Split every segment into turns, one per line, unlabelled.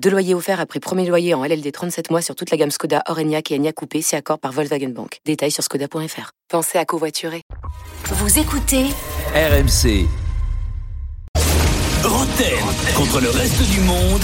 Deux loyers offerts après premier loyer en LLD 37 mois sur toute la gamme Skoda, Orenia et Enya Coupé, si accord par Volkswagen Bank. Détails sur skoda.fr. Pensez à covoiturer.
Vous écoutez
RMC. Roten contre le reste du monde,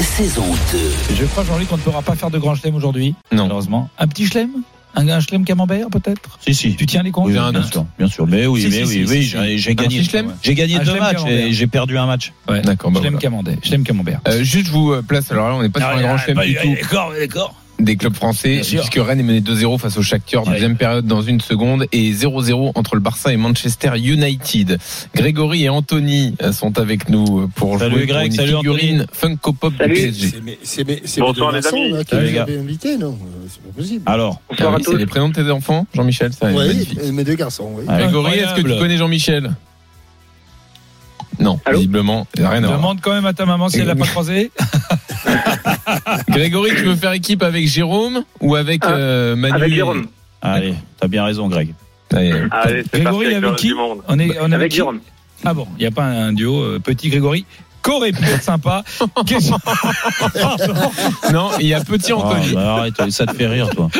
saison 2.
Je crois, Jean-Luc, qu'on ne pourra pas faire de grand chelem aujourd'hui.
Non.
Malheureusement. Un petit chelem un, un chelem camembert, peut-être
Si, si.
Tu tiens les comptes
Oui, bien sûr, bien sûr. Mais oui,
Si,
mais
si, si,
oui,
si,
oui,
si.
j'ai- j'ai
Un
gagné.
petit chelem
J'ai gagné
Un
deux
chelem
matchs
camembert.
et j'ai perdu un match.
Ouais.
D'accord, bah
chelem
voilà.
camembert. Chelem camembert.
Euh, juste, je vous euh, place, alors là, on n'est pas sur un grand chelem
bah,
du tout
D'accord, d'accord.
des clubs français,
Bien sûr.
puisque Rennes est mené 2-0 face au Shakhtar,
Ouais.
deuxième période dans une seconde, et 0-0 entre le Barça et Manchester United. Grégory et Anthony euh, sont avec nous pour
Salut,
jouer
Greg,
pour une
salut,
figurine Funko Pop du PSG.
Bonsoir, les amis.
Salut, les gars.
invité, non euh, C'est pas possible.
Alors,
Ah
Bonsoir
oui,
à
c'est
tous.
les prénoms de tes enfants, Jean-Michel, ça est
Oui,
Ah, magnifique. Ah.
et mes deux garçons, oui.
Ouais.
Grégory, est-ce que tu
Incroyable.
connais Jean-Michel Non,
Allô
visiblement, il a rien à voir.
Demande quand même à ta maman si elle l'a pas croisé.
Grégory, tu veux faire équipe avec Jérôme ou avec
Ah,
euh, Manu
Avec
et-
Jérôme.
allez, t'as bien raison, Greg.
Allez, euh,
Allez, c'est
Grégory,
parti avec
avec
le reste
qui
du monde.
On est, on est
Avec
qui
Jérôme.
Ah bon, il n'y a pas un duo euh, petit Grégory Qu'aurait pu être sympa Qu'est-ce-
Non, il y a petit Anthony.
Ah, bah, arrête, ça te fait rire, toi.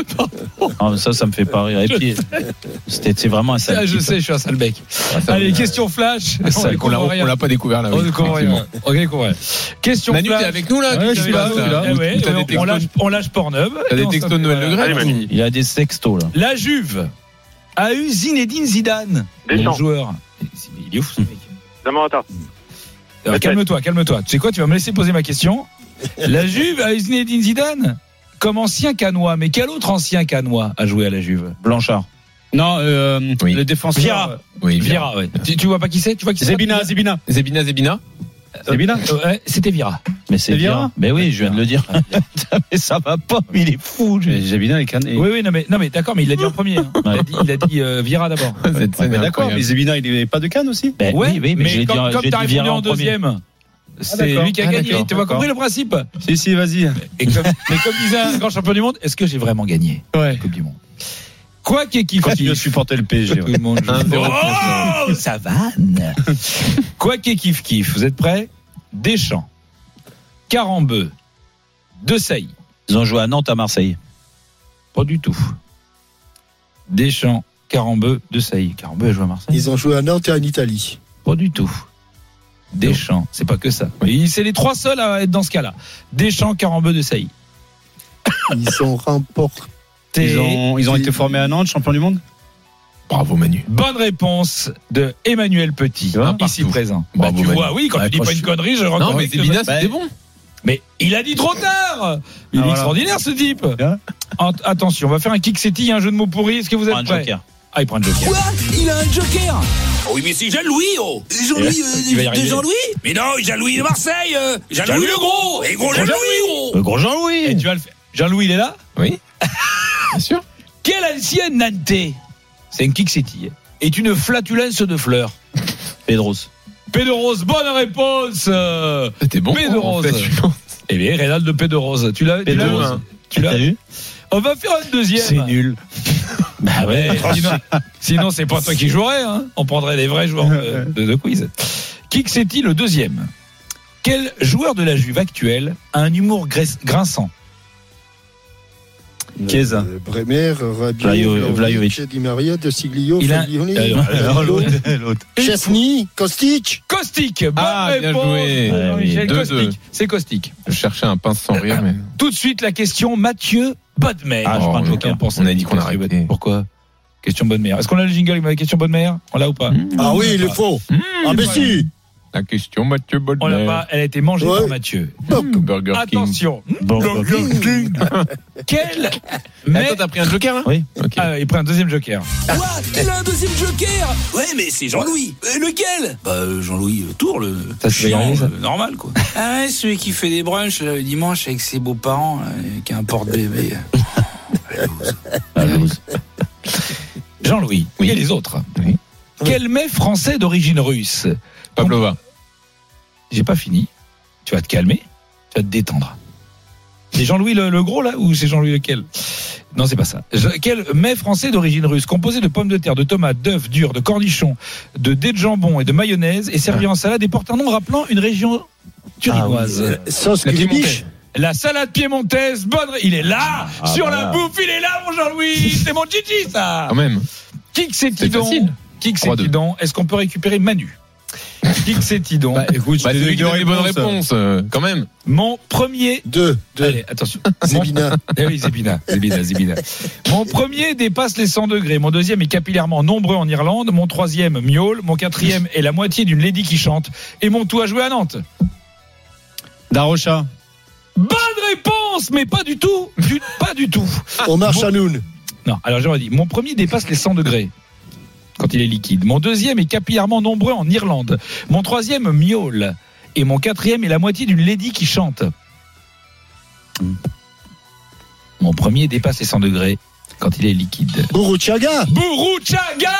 Ah, mais ça, ça me fait pas rire. Et puis, c'était c'est vraiment un sale
Ah, Je
type.
sais, je suis un sale bec.
Ah, ça,
Allez,
on-
question flash.
ça,
ne
on l'a-
comprend rien.
on l'a pas découvert là.
On
oui,
ne comprend
effectivement.
rien. On ne comprend rien. Question
Manu,
flash.
t'es avec nous là
Ouais, je
Qu'est-ce qui
suis
se
là,
passe,
je suis là.
là
Eh ouais,
T'as des
on- on
textos
lâche- On lâche Pornhub.
T'as des
Non, ça me
textos de
fait
Noël
mal.
Le Gret
Allez, Manu.
Il a des sextos, là.
La Juve a eu Zinedine Zidane, le
Deschamps.
joueur. Il est ouf ce mec.
Zamorata.
Alors, calme-toi, calme-toi. Tu sais quoi, tu vas me laisser poser ma question. La Juve a eu Zinedine Zidane comme ancien canois, mais quel autre ancien canois a joué à la Juve
Blanchard.
Non, euh,
Oui.
le défenseur.
Vira.
Oui, Vira.
Vira, ouais. Tu, tu vois pas qui c'est Tu vois qui c'est
Zebina, Zebina.
Zebina, Zebina
Zebina
Euh, ouais, C'était Vira.
Mais c'est
C'est
bien.
Vira
Mais oui, je viens de le dire.
Ah,
mais ça va pas, mais il est fou. je-
Zebina est cané.
Oui, oui, non mais, non, mais d'accord, mais il l'a dit en premier. hein. Il a dit, il a dit, euh, Vira d'abord.
Cette scène
D'accord,
est
mais
incroyable.
Zebina, il n'est pas de Cannes aussi
Ben
Ouais,
oui, oui, mais, j'ai dit,
comme,
j'ai
comme t'as
dit
répondu
Vira
en
premier.
deuxième, c'est
d'accord.
lui qui a
Ah,
gagné.
d'accord,
Tu vois compris le principe
Si, si, vas-y.
Et comme, mais comme disait un grand champion du monde, est-ce que j'ai vraiment gagné
Ouais.
la Coupe du Monde Quoi qu'il kiffe,
Continue à supporter le PSG.
tout le monde joue.
1-0.
Oh, ça vanne Quoi qu'il kiffe, kiffe. Vous êtes prêts Deschamps, Carambeu, De Sailly,
Ils ont joué à Nantes, à Marseille.
pas du tout. Deschamps, Carambeu, De Sailly. Carambeu a joué à Marseille
Ils ont joué à Nantes et en Italie.
Pas du tout. Deschamps, c'est pas que ça. Et C'est les trois seuls à être dans ce cas-là. Deschamps, Carambeu, De Sailly.
Ils ont remporté.
Ils ont, ils ont été formés à Nantes, champion du monde
Bravo Manu.
Bonne réponse de Emmanuel Petit,
Un partout.
ici présent.
Bravo,
Bah, tu
Manu.
vois, oui, quand
Ouais,
tu dis
quand
pas
je
une
suis-
connerie, je
Non,
reconnais
mais
que-
Zebina, c'était
bah,
bon.
Mais il a dit trop
Ah,
tard Il est
voilà.
extraordinaire ce type
Hein
Ant- Attention, on va faire un kick city, un jeu de mots pourri. Est-ce que vous êtes
Un
prêts
joker.
Ah, il prend un joker.
Il a un joker Ah Oui, mais c'est Jean-Louis, oh Jean-Louis
Tu vas
euh,
y
de
arriver.
Jean-Louis Mais non, Jean-Louis de Marseille euh, Jean-Louis le gros Et gros Jean-Louis, gros
Le gros Jean-Louis.
Et tu vas le faire. Jean-Louis, il est là
Oui. Bien sûr.
Quelle ancienne Nantais C'est un kick city. Est une flatulence de fleurs.
Pedros.
Pédorose, bonne réponse euh,
C'était bon.
Mais de rose. Eh bien, Reynald de Pédorose. Tu l'as tu l'as-
Pédorose.
hein.
Tu l'as
T'as vu
On va faire une deuxième.
nul.
Ah ouais, sinon, sinon, c'est pas toi qui jouerais. hein. On prendrait les vrais joueurs de, de- de quiz. Qui que c'est-il le deuxième Quel joueur de la Juve actuelle a un humour grais- grinçant
Chiesa.
Euh, Bremer,
Vlaio-
Rabiot,
Vlahovic.
Vlaovic, Di Maria, De Siglio,
Il a-
Fagioli,
Euh,
L'autre.
Chesney, Kostic.
Caustique Bonne
Ah, bien
réponse
joué.
de Jean-Michel
Ouais, oui.
Caustic.
Deux, deux.
C'est Caustique.
Je cherchais un pince sans rire, mais.
Tout de suite, la question Mathieu Bodmer.
Ah, je prends le
Oh,
joker.
on pense
On a
à
dit qu'on
Mathieu
arrêtait.
Bodmer. Pourquoi Question Bodmer. Est-ce qu'on a le jingle avec la question Bodmer On l'a ou pas
Ah oui, il est faux. Ah, mais si.
La question, Mathieu
On l'a
Bolmer.
pas. Elle a été mangée
Ouais.
par Mathieu.
Mmh. Burger King.
Attention.
Bon,
Mmh.
bon, bon.
Quel
Mais
mec
Attends, t'as pris un joker là
Oui.
Ok.
Ah, il prend un deuxième joker.
Quoi Ah, Il a un deuxième joker Ouais, mais c'est Jean-Louis Euh, Lequel Bah, euh, Jean-Louis euh, Tour, le
Ça, tu vas y
chiant,
arriver, ça.
euh, normal, quoi. Ah ouais, celui qui fait des brunchs euh, le dimanche avec ses euh, beaux-parents, là, et qui a un porte-bébé.
Ah, je vous-
Jean-Louis
Oui.
et les autres.
Oui.
Quel mets français d'origine russe
Pavlova.
J'ai pas fini. Tu vas te calmer, tu vas te détendre. C'est Jean-Louis le, le gros là ou c'est Jean-Louis lequel Non, c'est pas ça. Je- quel mets français d'origine russe composé de pommes de terre, de tomates, d'œufs durs, de cornichons, de dés de jambon et de mayonnaise et servi en salade et porte un nom rappelant une région turinoise.
Sauce
La
gribiche.
La salade piémontaise, bonne. ré- Il est là
Ah,
sur
bah
la
là.
bouffe, il est là, mon Jean-Louis. C'est mon Gigi ça.
Quand même.
Qui que c'est
C'est
Tidon
facile.
Qui que c'est
3-2.
Tidon Est-ce qu'on peut récupérer Manu Qui que c'est Tidon
écoute,
Bah, c'est lui qui donne les bonnes réponses, euh, quand même.
Mon premier.
Deux. Deux.
Allez, attention. Mon-
Euh, Zébina.
Eh oui, Zébina, Zébina, Zébina. Mon premier dépasse les 100 degrés. Mon deuxième est capillairement nombreux en Irlande. Mon troisième, miaule. Mon quatrième est la moitié d'une lady qui chante. Et mon tout a joué à Nantes.
Darocha.
Bonne réponse, mais pas du tout. Du- pas du tout.
Omar
bon.
Chanoun.
Non, alors j'aurais dit, mon premier dépasse les 100 degrés quand il est liquide. Mon deuxième est capillairement nombreux en Irlande. Mon troisième miaule. Et mon quatrième est la moitié d'une lady qui chante. Mon premier dépasse les 100 degrés quand il est liquide.
Gourouchaga.
Bourouchaga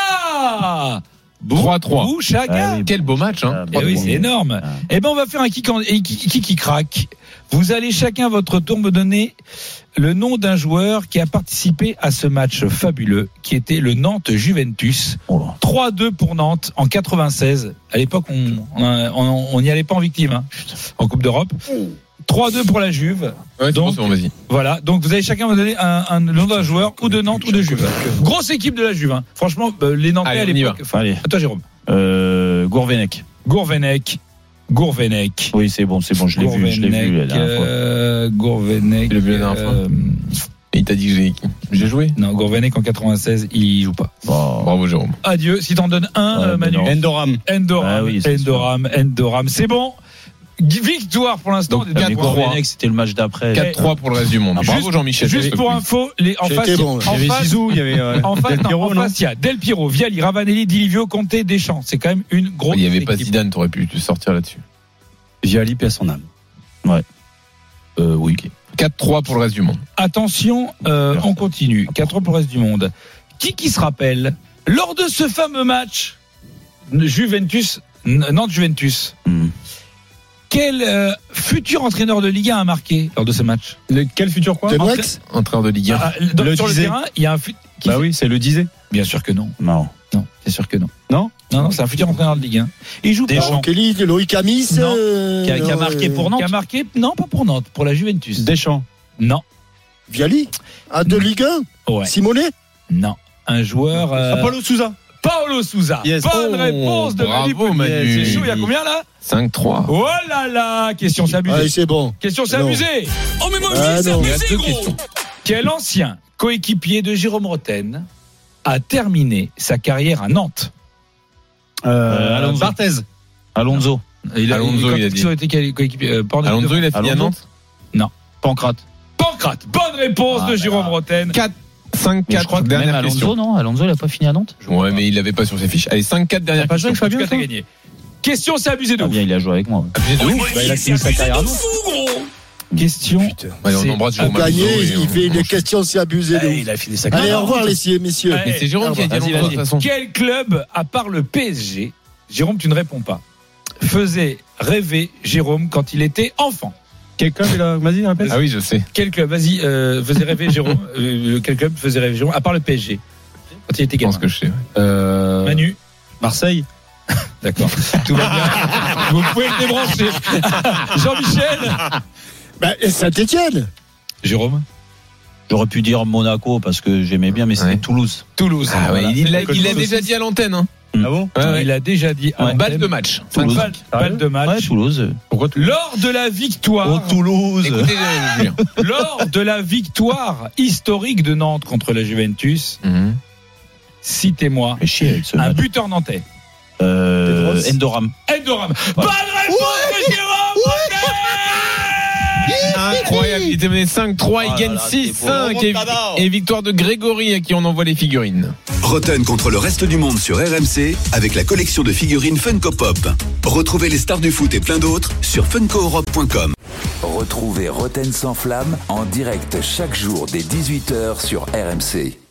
3-3.
Bourouchaga
Ah oui,
Quel beau match, hein.
Eh oui, c'est énorme.
Ah.
Eh ben, on va faire un kick en- et qui, qui, qui craque. Vous allez chacun à votre tour me donner le nom d'un joueur qui a participé à ce match fabuleux, qui était le Nantes Juventus.
Oh là.
3-2 pour Nantes en 96. À l'époque, on on- on n'y allait pas en victime hein, en Coupe d'Europe. 3-2 pour la Juve.
Ouais, c'est bon,
Donc-
c'est bon, vas-y.
Voilà, donc vous allez chacun me donner un, un- le nom d'un joueur ou de Nantes ou de Juve. Grosse équipe de la Juve. hein. Franchement, euh, les Nantais
Allez,
à
on y
l'époque.
Enfin, allez.
À toi, Jérôme.
Euh, Gourvenec.
Gourvenec. Gourvenec.
Oui, c'est bon, c'est bon, je l'ai vu, je l'ai vu la dernière fois.
euh, Gourvenec,
Tu l'as vu la dernière fois
euh,
Et il t'a dit que j'ai, j'ai joué.
non, Gourvenec en 96, il joue pas.
euh,
Bon.
Bravo, Jérôme.
Adieu. Si t'en donnes un,
Ouais,
euh,
mais
Manu.
non.
Endoram.
Endoram,
Ah oui, c'est
Endoram, Endoram. C'est bon. Gu- Victoire pour l'instant.
Donc,
des
mais
4-3.
Gourvenec, c'était le match d'après.
4-3 pour le reste du monde.
Juste-
Bravo, Jean-Michel.
Juste pour info, les, en
J'ai
face,
été bon, là.
Il
en
y avait
face,
Zizou, il y avait. euh,
En face,
Del
non,
Piero,
en
non
face, il y a Del Piero, Viali, Ravanelli, Dilivio, Conte, Deschamps. C'est quand même une grosse
Il n'y avait pas
équipe.
Zidane, t'aurais pu te sortir là-dessus.
Viali, paix à son âme.
Euh, oui. 4-3 pour le reste du monde.
Attention, euh, on continue. 4 pour le reste du monde. Qui qui se rappelle lors de ce fameux match Juventus Nantes Juventus.
Hmm.
Quel euh, futur entraîneur de Ligue 1 a marqué lors de ce match
quel futur quoi
Tebrex.
Entraîneur de Ligue 1.
Ah, dans-
Le
Sur le
disait.
terrain, il y a un fut- qui
Bah oui, c'est le disait.
Bien sûr que non.
Non.
Non, c'est sûr que non.
Non
Non, non, c'est un futur entraîneur de Ligue 1. Il joue pas.
Deschamps.
Kelly, Loïc Amis.
Non.
euh,
Qui a- qui a marqué
euh,
pour Nantes.
Qui a marqué Non, pas pour Nantes, pour la Juventus.
Deschamps.
non.
Viali. À de Ligue 1.
Ouais.
Simonet.
Non. Un joueur. euh,
Apollo Souza.
Paolo Souza.
Yes.
Bonne
Oh,
réponse de Manu
bravo,
Potier.
Manu.
C'est chaud, il y a combien là
5-3.
Oh là là Question c'est abusé.
Allez, Ah, c'est bon.
Question c'est
Non.
abusé.
Oh, mais moi,
Ah,
je dis, c'est
non.
Il reste
abusé,
deux
gros
questions.
Quel ancien coéquipier de Jérôme Roten a terminé sa carrière à Nantes
Euh,
Alonso.
Barthez.
Alonso.
il
a- Alonso,
Ah quand
il
est-ce
a dit.
qu'il aurait été quali- coéquipier euh, pardon,
Alonso, il a fini à
Alonso.
Nantes
Pancrate.
Pancrate. Bonne réponse
Ah
de
là
Jérôme
là.
Roten.
Mais je crois
5-4,
que même
dernière
Alonso,
question.
non Alonso, il a pas fini à Nantes
Ouais, mais il l'avait pas sur ses fiches. Allez, 5-4, dernière
Pas joué
question.
avec Fabien, t'as gagné. Question c'est abusé de
Ah
ouf.
bien, il a joué avec moi.
Ah, putain, de ouf.
Moi, je dis, c'est abusé de fou, gros
Question.
Allez,
C'est
on embrasse Jérôme Alonso.
Gagné,
et
il
on-
fait
on-
des questions, c'est abusé de ouf.
a fini sa
Allez, au revoir, les messieurs.
Allez.
Mais c'est Jérôme qui a dit
Vas-y,
Alonso, de toute façon.
Quel club, à part le PSG, Jérôme, tu ne réponds pas, faisait rêver Jérôme quand il était enfant
Quelqu'un, il a- vas-y, répète.
Ah oui, je sais.
Quel club, vas-y, euh, faisait rêver Jérôme euh, Quel club faisait rêver Jérôme À part le PSG. Quand il était
Je pense
gamin.
que je sais.
Euh,
Manu
Marseille.
D'accord. Tout va bien. Vous pouvez le débrancher. Jean-Michel
Bah, Saint-Etienne.
Jérôme
J'aurais pu dire Monaco parce que j'aimais bien, mais c'était
Ouais.
Toulouse.
Toulouse.
Ah ouais,
Voilà.
il l'a-
Toulouse
il l'a
aussi.
déjà dit à l'antenne. Hein.
Ah bon
Ouais, ouais.
Il a déjà dit. à
En balle
l'antenne.
de match.
Toulouse.
Balle, balle de
Ouais,
match.
Toulouse.
Pourquoi tu
Lors de la victoire.
Toulouse.
Écoutez, Jérémy Julien.
Lors de la victoire historique de Nantes contre la Juventus,
Mhm.
citez-moi
Fais chier avec ce
un
match.
buteur nantais.
Euh,
Des grosses.
Endoram.
Endoram. Bonne réponse de Jérôme Roten
Incroyable, il était mené 5-3, il
Ah
gagne
là là, c'est beau.
6-5 et, et victoire de Grégory à qui on envoie les figurines.
Rotten contre le reste du monde sur RMC avec la collection de figurines Funko Pop. Retrouvez les stars du foot et plein d'autres sur funkoeurope.com.
Retrouvez Roten sans flamme en direct chaque jour dès 18h sur RMC.